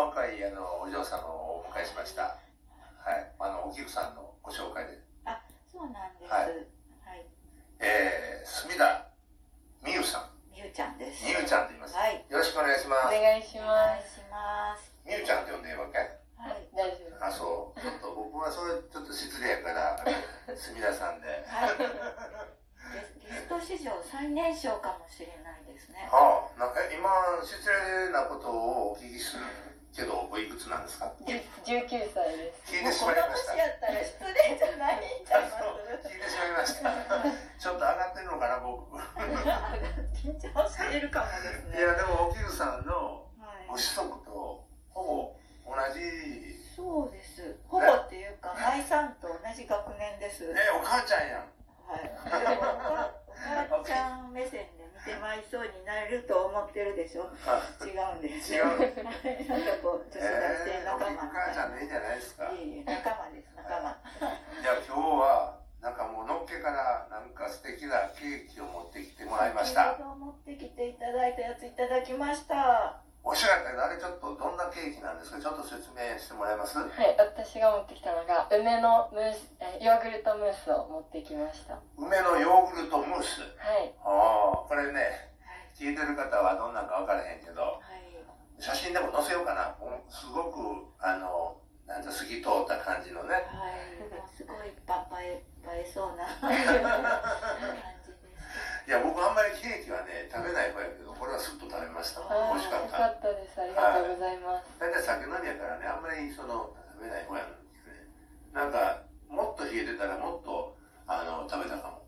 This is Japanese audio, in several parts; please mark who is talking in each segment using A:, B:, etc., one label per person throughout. A: のお嬢様をお迎えしました。はい、あのお菊さんのご紹介で。
B: あ、そうなんです。はい。はい、
A: えー、墨田美優さ
B: ん。美優ちゃんです。
A: 美優ちゃんと言います。はい。よろしくお願いします。
C: お願いします。
B: お願
A: 美優
B: いします。
A: ちゃんって呼んでいいわけ？
C: はい、大
A: あ、そ
C: 丈夫。
A: う。ちょっと僕はそれちょっと失礼やから、 墨田さんで。
B: はい。リスト史上最年少かもしれないですね。
A: はあ、なんか今失礼なことをお聞きするけど、おいくつなんですか？
C: 十九歳です。
A: 聞いてしまいました。。
C: やったら失礼じゃないんちゃいます
A: 聞いてしまいました。ちょっと上がってるのかな僕。
C: 緊張してるかもですね。
A: いやでもおきるさんのご子息とほぼ同じ。
B: そうです。ほぼっていうか、舞さんと同じ学年です。
A: ね、お母ちゃんやん。
B: はい、お母ちゃん目線で見てまいそうになると思ってるでしょ違うんです
A: 違う
B: なんかこう女子大生仲間、えー、お
A: 母ちゃんでいいじゃないですか、
B: いい仲間です仲間、はい
A: いや今日はなんかもうのっけからなんか素敵なケーキを持ってきてもらいました
B: 持ってきていただいたやついただきました
A: おしかったけどあれちょっとどんなケーキなんですかちょっと説明してもらえますはい
C: 私が持ってきたのが梅のムースヨーグルトムースを持ってきました
A: 梅のヨーグルトムース
C: はい
A: ああこれね聞いてる方はどんなんか分からへんけど、はい、写真でも載せようかなすごくあのなんか透き通った感じのねはい
B: すごいパパ映えそうな
A: いや僕あんまりケーキはね食べない方やけどこれはすっと食べました
C: 美味しかった
A: よかった
C: ですありがとうございます、
A: はい、酒飲みやからねあんまりその食べない方やんですねなんかもっと冷えてたらもっとあの食べたかも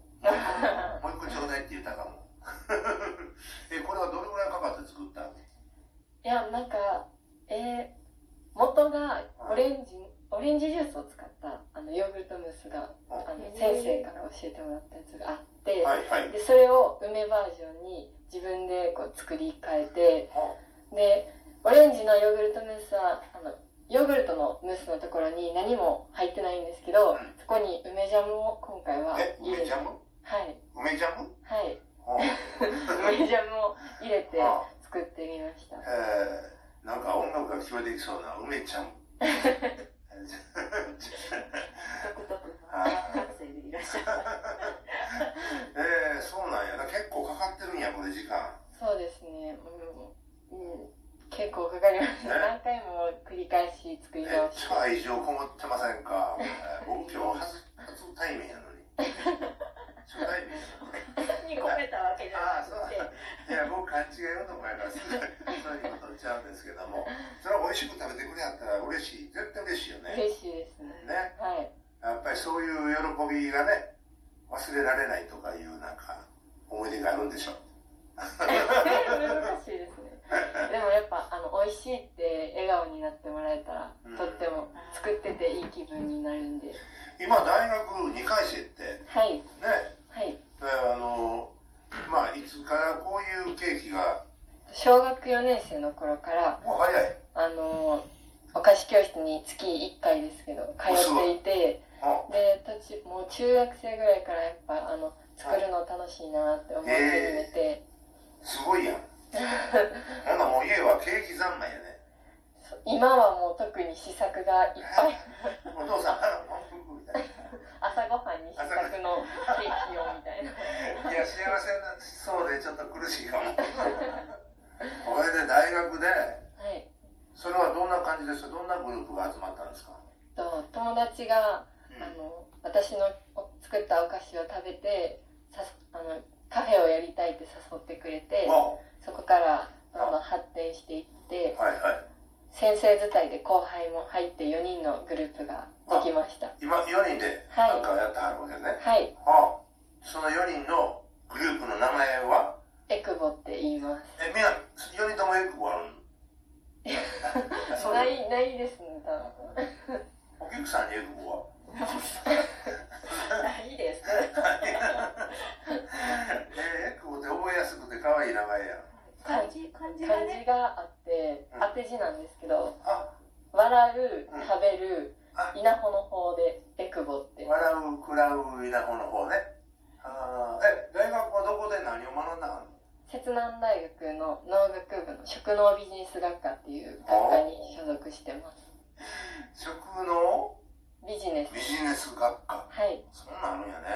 A: もう一個ちょうだいって言ったかも えこれはどれぐらいかかって作ったい
C: やなんかえー、元がオレンジ、はい、オレンジジュースを使ったあのヨーグルトムースがあの先生から教えてもらったやつがあって、
A: はいはい、
C: でそれを梅バージョンに自分でこう作り変えて、でオレンジのヨーグルトムースはあのヨーグルトのムースのところに何も入ってないんですけど、そこに梅ジャムを今回は
A: 入れて
C: はい
A: 梅ジャム
C: はい梅ジャムを入れて作ってみました
A: えー、なんか音楽が聞こえてきそうな梅ジャ ム
B: 独特の感性でいらっしゃる。
A: えー、そうなんやな。結構かかってるんや、これ時間。
C: そうですね。うん。うん、結構かかります、ね、何回も繰り返し作り直
A: し。めっちゃ愛情こもってませんか。僕今日初、初対面やのに。初対面
B: に込めたわけじゃなくて。
A: いや、僕勘違いよと思います。そういうことちゃうんですけども、それは美味しく食べてくれやったら嬉しい。絶対嬉しいよね。
C: 嬉しいですね。
A: ね。
C: はい。
A: やっぱりそういう喜びがね、忘れられないとかいうなんか、思い出があるんでしょう。
C: 難しいですね。でもやっぱ、あの、美味しいって笑顔になってもらえたら、うん、とっても作ってていい気分になるんで。
A: 今、大学2回生って、
C: はい。ね。
A: はい。あの、まあ、いつからこういうケーキが
C: 小学4年生の頃から
A: もう早い
C: あのお菓子教室に月1回ですけど通っていてで途中もう中学生ぐらいからやっぱあの作るの楽しいなって思い始めて、はいえ
A: ー、すごいやんなんだもう家はケーキ三昧やね
C: 今はもう特に試作がいっぱい
A: お父さん本当みたいな
C: 朝ごはんに試作のケーキをみた いな
A: いや幸せなそうでちょっと苦しいかもこれで大学で、
C: はい、
A: それはどんな感じですかどんなグループが集まったんですか
C: と友達が、うん、あの私の作ったお菓子を食べてさあのカフェをやりたいって誘ってくれてそこからどんどん発展していって、
A: はいはい、
C: 先生伝いで後輩も入って4人のグループができました
A: 今4人でなんかやってはるわけね
C: はい、
A: はあ、その4人のグループの名前は
C: エクボって言います
A: えみんな4人ともエクボある
C: ないないですね多
A: 分お客さんにエクボは
B: ないです
A: えエクボって覚えやすくて可愛い名前や
B: 漢字漢字
C: が、ね、漢字があって、うん、当て字なんですけど
A: 「
C: 笑う」「食べる」うん、稲穂の方でエクボって
A: 笑う食らう稲穂の方ねあえ大学はどこで何を学んだの
C: 摂南大学の農学部の食農ビジネス学科っていう学科に所属してます。
A: 食の
C: ビジネス
A: ビ。ジネス学科。
C: はい。
A: そんなんあるんやね。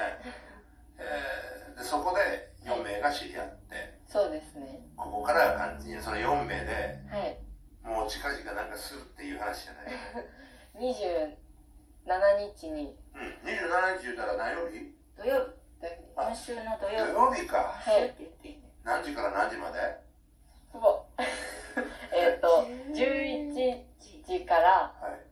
A: えー、で、そこで4名が知り合って、
C: そうですね。
A: ここからが肝心その4名で、
C: はい。
A: もう近々なんかするっていう話じゃない。
C: 27日に、
A: うん。27日言うたら何曜日
B: 土曜日、
C: 土
A: あ
B: 今週の土
A: 土
B: 曜日。
A: 曜日か。
B: はい。って言っていいね。
A: 何時から何時まで
C: ほぼ、えっと、11時から
A: はい。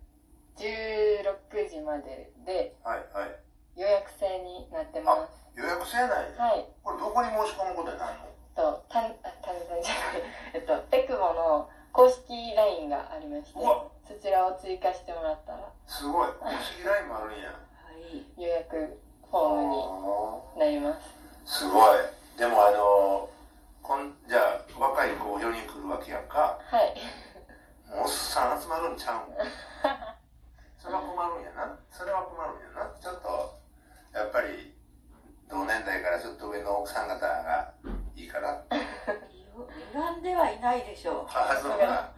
C: 16時までで
A: はい、はい。
C: 予約制になってま
A: 予約制ない
C: す。はい。
A: これどこに申し込むことになるの
C: えっと、たん、あ、たんじゃない、えっと、テクモの公式 LINE がありまして、
A: うわ
C: そちらを追加してもらったら
A: すごい。公式ラインもあるんや。
B: はい。
C: 予約フォームになります。
A: すごい。でもあのこん、じゃあ、若い子4人来るわけやんか。
C: はい。
A: おっさん集まるんちゃうんそれは困るんやなそれは困るんやなちょっとやっぱり同年代からちょっと上の奥さん方がいいかな
B: 選んではいないでしょ
A: あそうか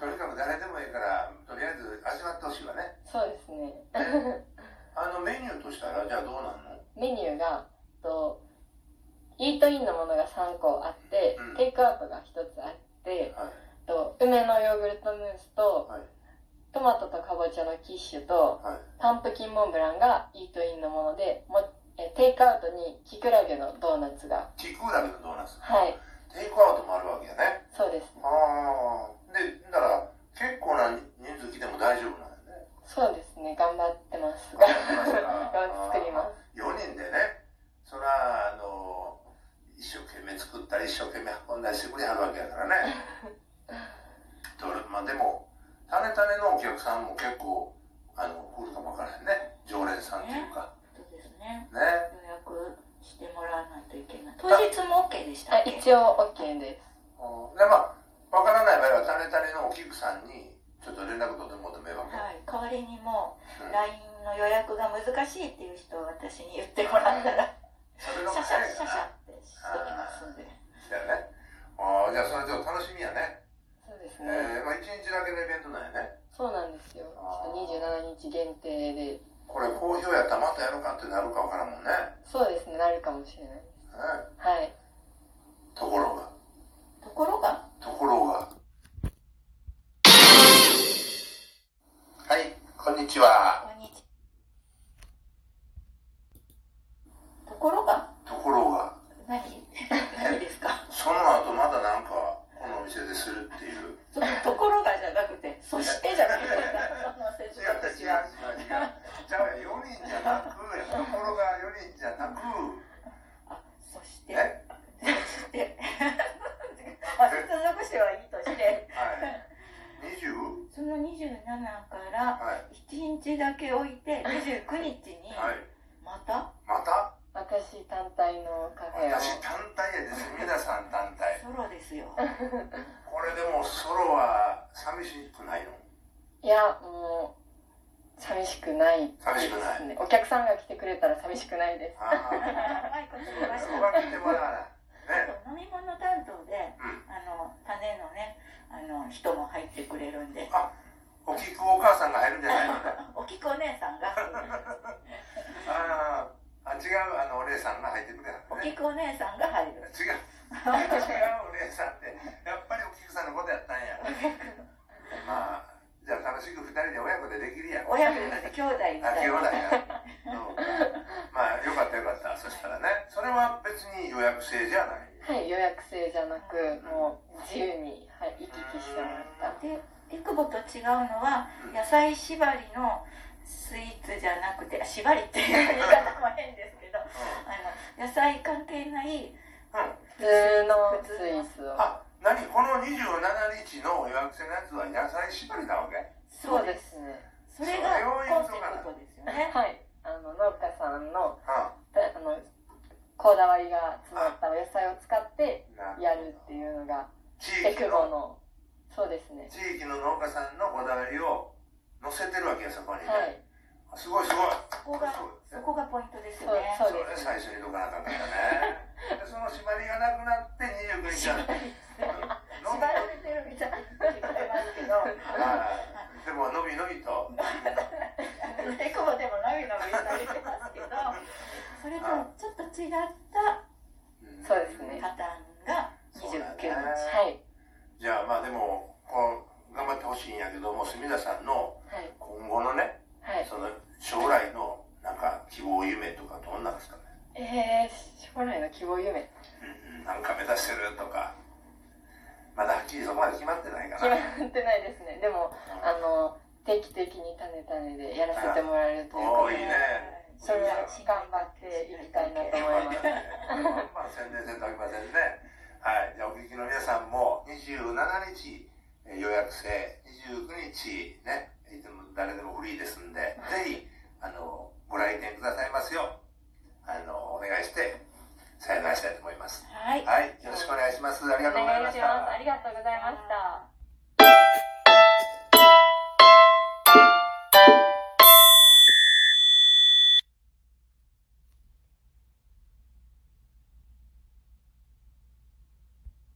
A: とにかく誰でもいいからとりあえず味わってほしいわ ね
C: そうですね。
A: あのメニューとしたらじゃあどうなんの
C: メニューが、えっと、イートインのものが3個あって、
A: うん
C: テイクアウトが1つあって、
A: はい
C: えっと梅のヨーグルトムースと、
A: はい
C: トマトとかぼちゃのキッシュと、
A: はい
C: パンプキンモンブランがイートインのもので、もえテイクアウトにキクラゲのドーナツが。
A: 聞くだけのドーナツ
C: はい、
A: テイクアウトもあるわけやね
C: そうですね。
A: ああでだから結構な人数来ても大丈夫なんだね
C: そうですね、頑張ってます。
A: 頑
C: 頑
A: 張ってますか
C: 張って作ります。
A: 4人でねそらあの一生懸命作ったり一生懸命運んだりしてくれはるわけや からねどれまあでもたねたねのお客さんも結構あの来るかもわからへんね常連さんっていうか
B: う。そうですね。
A: ね
B: 予約してもらわないといけない。当日も OK でした
C: あ
B: っけ。
C: 一応 OK です。
A: うんでまあわからない場合はたねたねのお菊さんにちょっと連絡取ってもらってもええわけ、
B: はい。代わりにも
A: う
B: うん LINE の予約が難しいっていう人を私に言ってもらったら、
A: それ
B: シ
A: の
B: ャシャ
A: 方が
B: シャ
A: 早い
B: シ
A: か
B: ャ
A: な
B: シャってしてきますんで。
A: だよねああじゃあそれちょっと楽しみやね、
C: そうですね。
A: えーまあ、1日だけのイベントなんやね
C: そうなんですよ。ち
A: あー
C: ょっと27日限定で、
A: これ好評やったらまたやるかってなるかわからんもんね
C: そうですね、なるかもしれないです。
A: ね
C: はい。
A: ところが、
B: ところが、
A: ところが。はい、こんにちは。
B: こんにちところが、
A: ところが、
B: 何何ですか
A: その後まだなんか、このお店でするっていう。
B: そのところがじゃなくて、そしてじゃなくて、その説
A: 違う違う違う違う。
B: 明
A: じゃあ4人じゃなく、ところが4人じゃなく、
B: あ、そして、
A: ね。
B: そして、 まあ、接続してはいいとして、
A: はい。20?
B: その27から
A: はい。
B: 1日だけ置いて、29日に、
A: はい。
B: また、
A: また
C: 私単体のカフェを。
A: 私単体やです。皆さん単体。
B: ソロですよ。
A: これでもソロは寂しくないの
C: いや、もう、寂しくないですね。
A: 寂しくない
C: お客さんが来てくれたら寂しくないです。
A: ああ。
B: はい、こっち
A: そ
B: 来ました
A: こ。は来てもらわない。ね。
B: 飲み物担当で、
A: うん。
B: あの、種のね、あの、人も入ってくれるんで、
A: あ、おきくお母さんが入るんじゃないの
B: おきくお姉さんが、
A: あーあ、違う、あの、お姉さんが入ってくれた
B: お
A: んだ
B: き
A: ね。
B: くお姉さんが入
A: 違
B: る。
A: う。違う、お姉さんって、やっぱりおきくさんのことやったんや。まあ、じゃあ楽しく二人で親子でできるやん。
B: 親子です、兄弟み
A: あ、
B: たい
A: 兄弟
B: な。
A: や。そうかまあ、よかったよかった。そしたらね、それは別に予約制じゃない。
C: はい、予約制じゃなく、もう自由に、はい、行き来してもらった。
B: で、えくぼと違うのは、野菜縛りのスイーツじゃなくて、あ縛りっていう言い方も変ですけど、
A: う
B: あ
A: ん。
B: の、野菜関係ない、
A: うん。
C: 普通のスイーツを。
A: あ、なにこの27日の予約制のやつは野菜縛りなわけ
C: そうで。すね。
B: それがコンセプトですよね。
C: はい。あの、農家さんの、
A: う
C: たあの、こだわりが詰まったお野菜を使って
A: ん。な
C: やるっていうのが、
A: 地
C: テ
A: 域
C: ク
A: の
C: ボの、そうですね。
A: 地域の農家さんのこだわりを載せてるわけよそこにね、
C: はい。
A: すごいすごい
B: そこが、そこがポイントですよね。
A: そ
C: そうです
A: れ最初にどかなあかんかったねでその縛りがなくなって29日は
B: 縛
A: の
B: られてるみたいに聞こえますけど
A: はいでものびのびと
B: エコバでものびのびされてますけどそれとはちょっと違った
C: そうですね
B: パターンが
A: そうだね
C: 29日はい
A: じゃあまあでもこう頑張ってほしいんやけども隅田さんの
C: はい
A: 今後のね
C: はい
A: その将来のなんか希望夢とかどんなんですかね
C: えー、将来の希望夢
A: うんなんか目指してるとかまだはっきりそこまで決まってないか
C: 決
A: ら
C: まってないですねでもあの定期的に種種でやらせてもらえるという
A: おー
C: こと
A: いい
C: で
A: ね
C: それは頑張っていきたいなと
A: ま
C: 思います
A: あ宣伝せんとあきませんね。はい。じゃあ、お聞きの皆さんも、27日、えー予約制、29日、ね、いつも誰でもフリーですんで、ぜひ、あの、ご来店くださいますよう、あの、お願いして、さよならしたいと思います。
B: はい
A: はい。よろしくお願いします。ありがとうございました。
C: がとうございました。